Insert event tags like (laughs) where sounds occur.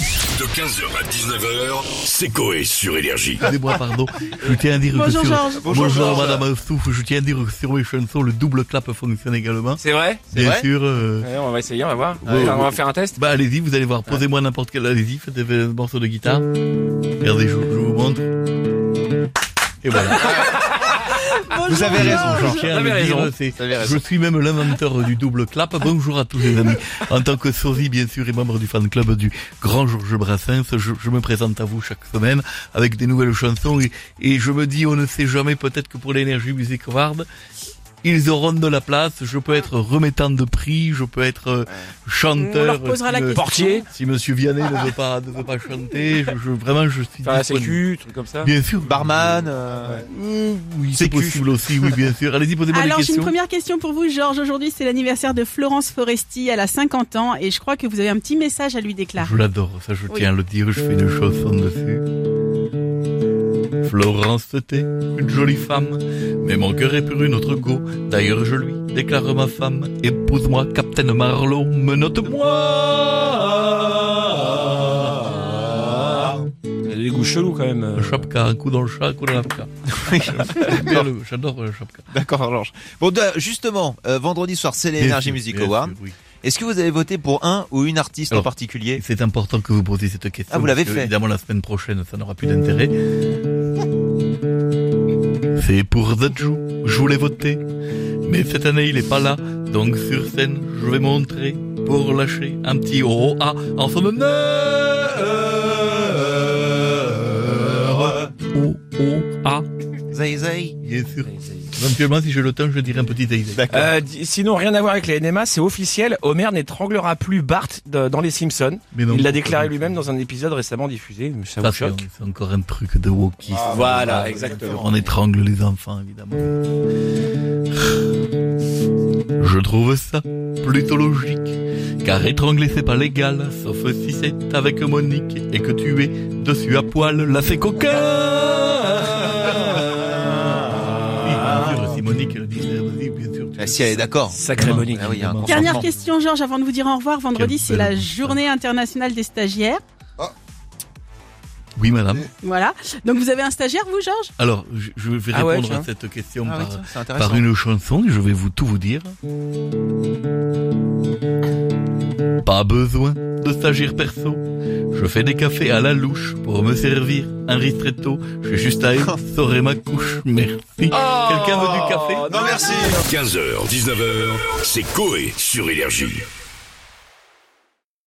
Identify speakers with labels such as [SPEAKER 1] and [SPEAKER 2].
[SPEAKER 1] De 15h à 19h, c'est Coé sur Énergie.
[SPEAKER 2] Excusez-moi, pardon. Je tiens à dire
[SPEAKER 3] Bonjour,
[SPEAKER 2] que sur...
[SPEAKER 3] Georges.
[SPEAKER 2] Bonjour, Madame Assouf. Je tiens à dire que sur les chansons, le double clap fonctionne également.
[SPEAKER 4] C'est vrai
[SPEAKER 2] Bien sûr. euh,
[SPEAKER 4] Ouais, On va essayer, on va voir.
[SPEAKER 2] Ouais,
[SPEAKER 4] Enfin, on va
[SPEAKER 2] ouais.
[SPEAKER 4] faire un test.
[SPEAKER 2] Bah allez-y, vous allez voir. Posez-moi n'importe quel. Allez-y, faites un morceau de guitare. Regardez, je, je vous montre. Et voilà.
[SPEAKER 3] Bonjour, Georges.
[SPEAKER 2] Je tiens à
[SPEAKER 4] Vous
[SPEAKER 2] le
[SPEAKER 4] avez
[SPEAKER 2] dire,
[SPEAKER 4] raison.
[SPEAKER 2] c'est-
[SPEAKER 4] Vous avez
[SPEAKER 2] Je
[SPEAKER 4] raison.
[SPEAKER 2] suis même l'inventeur du double clap. Bonjour à tous les amis. En tant que sosie, bien sûr, et membre du fan club du grand Georges Brassens, je, je me présente à vous chaque semaine avec des nouvelles chansons et, et je me dis, on ne sait jamais, peut-être que pour l'énergie Music Award, ils auront de la place. Je peux être remettant de prix, je peux être euh, chanteur. euh,
[SPEAKER 3] On leur posera
[SPEAKER 2] si
[SPEAKER 3] la
[SPEAKER 2] le-
[SPEAKER 3] question.
[SPEAKER 4] Portier
[SPEAKER 2] Si Monsieur Vianney ne veut pas, ne veut pas chanter, je, je- vraiment, je suis
[SPEAKER 4] Faire la
[SPEAKER 2] disponible.
[SPEAKER 4] sécu, truc comme ça.
[SPEAKER 2] Bien sûr.
[SPEAKER 5] Barman.
[SPEAKER 2] Euh, oui, c'est
[SPEAKER 5] Sécu.
[SPEAKER 2] possible aussi, oui, bien sûr. Allez-y, posez-moi des
[SPEAKER 3] Alors, j'ai
[SPEAKER 2] questions.
[SPEAKER 3] une première question pour vous, Georges. Aujourd'hui, c'est l'anniversaire de Florence Foresti. Elle a 50 ans et je crois que vous avez un petit message à lui déclarer.
[SPEAKER 2] Je l'adore, ça je
[SPEAKER 3] Oui.
[SPEAKER 2] tiens à le dire, je fais une chanson dessus. Florence, c'était une jolie femme, mais mon cœur est pour une autre go. D'ailleurs, je lui déclare ma femme. Épouse-moi, Captain Marlowe, menote-moi.
[SPEAKER 4] Elle a des goûts chelous quand même. euh.
[SPEAKER 2] Un chapka, un coup dans le chat, un coup dans la pka. J'aime bien le- (laughs) J'adore le chapka.
[SPEAKER 5] D'accord, Georges. Bon, de- justement, euh, vendredi soir, c'est l'énergie Music
[SPEAKER 2] Bien sûr,
[SPEAKER 5] Award.
[SPEAKER 2] bien sûr, oui.
[SPEAKER 5] Est-ce que vous avez voté pour un ou une artiste en
[SPEAKER 2] Alors, Et
[SPEAKER 5] particulier
[SPEAKER 2] C'est important que vous posiez cette question.
[SPEAKER 5] Ah, vous l'avez
[SPEAKER 2] parce que,
[SPEAKER 5] fait.
[SPEAKER 2] Évidemment, la semaine prochaine, ça n'aura plus d'intérêt. C'est pour Zadjou, je voulais voter. Mais cette année, il est pas là. Donc, sur scène, je vais montrer pour lâcher un petit oh ah en son honneur. Oh oh ah.
[SPEAKER 5] Zay Zay
[SPEAKER 2] Bien sûr. Éventuellement, si j'ai le temps, je dirai un petit détail.
[SPEAKER 5] D'accord.
[SPEAKER 4] Euh, di- sinon, rien à voir avec les NMA, c'est officiel. Homer n'étranglera plus Bart de- dans Les Simpsons.
[SPEAKER 2] Mais non,
[SPEAKER 4] Il l'a
[SPEAKER 2] pourquoi
[SPEAKER 4] déclaré
[SPEAKER 2] pas.
[SPEAKER 4] lui-même dans un épisode récemment diffusé. Ça
[SPEAKER 2] Ça,
[SPEAKER 4] vous
[SPEAKER 2] c'est
[SPEAKER 4] choque
[SPEAKER 2] c'est encore un truc de wokisme.
[SPEAKER 4] Voilà, exactement.
[SPEAKER 2] On étrangle les enfants, évidemment. Je trouve ça plutôt logique, car étrangler c'est pas légal, sauf si c'est avec Monique et que tu es dessus à poil, là c'est coquin. Oui, bien sûr, si Monique le dit, vas-y, bien sûr. tu
[SPEAKER 5] Ah,
[SPEAKER 2] le
[SPEAKER 5] si elle est d'accord.
[SPEAKER 4] Sacré
[SPEAKER 2] Ah,
[SPEAKER 4] Monique.
[SPEAKER 5] Ah oui, il y a un
[SPEAKER 2] Évidemment.
[SPEAKER 3] Dernière
[SPEAKER 5] consentement.
[SPEAKER 3] question, Georges, avant de vous dire au revoir. Vendredi,
[SPEAKER 2] Quelle
[SPEAKER 3] c'est la
[SPEAKER 2] belle
[SPEAKER 3] journée internationale des stagiaires.
[SPEAKER 2] sais. Oui, madame.
[SPEAKER 3] Voilà. Donc, vous avez un stagiaire, vous, Georges
[SPEAKER 2] Alors, je, je vais
[SPEAKER 4] Ah ouais,
[SPEAKER 2] répondre à
[SPEAKER 4] tiens.
[SPEAKER 2] cette question
[SPEAKER 5] Ah oui,
[SPEAKER 2] par,
[SPEAKER 5] tiens, c'est
[SPEAKER 2] par
[SPEAKER 5] intéressant.
[SPEAKER 2] une chanson et je vais vous tout vous dire. Pas besoin de stagiaire perso. Je fais des cafés à la louche pour me servir un ristretto. J'ai juste à essorer ma couche. Merci.
[SPEAKER 4] Oh,
[SPEAKER 2] Quelqu'un veut du café
[SPEAKER 5] Non, merci.
[SPEAKER 1] 15h, 19h, c'est Coé sur Énergie.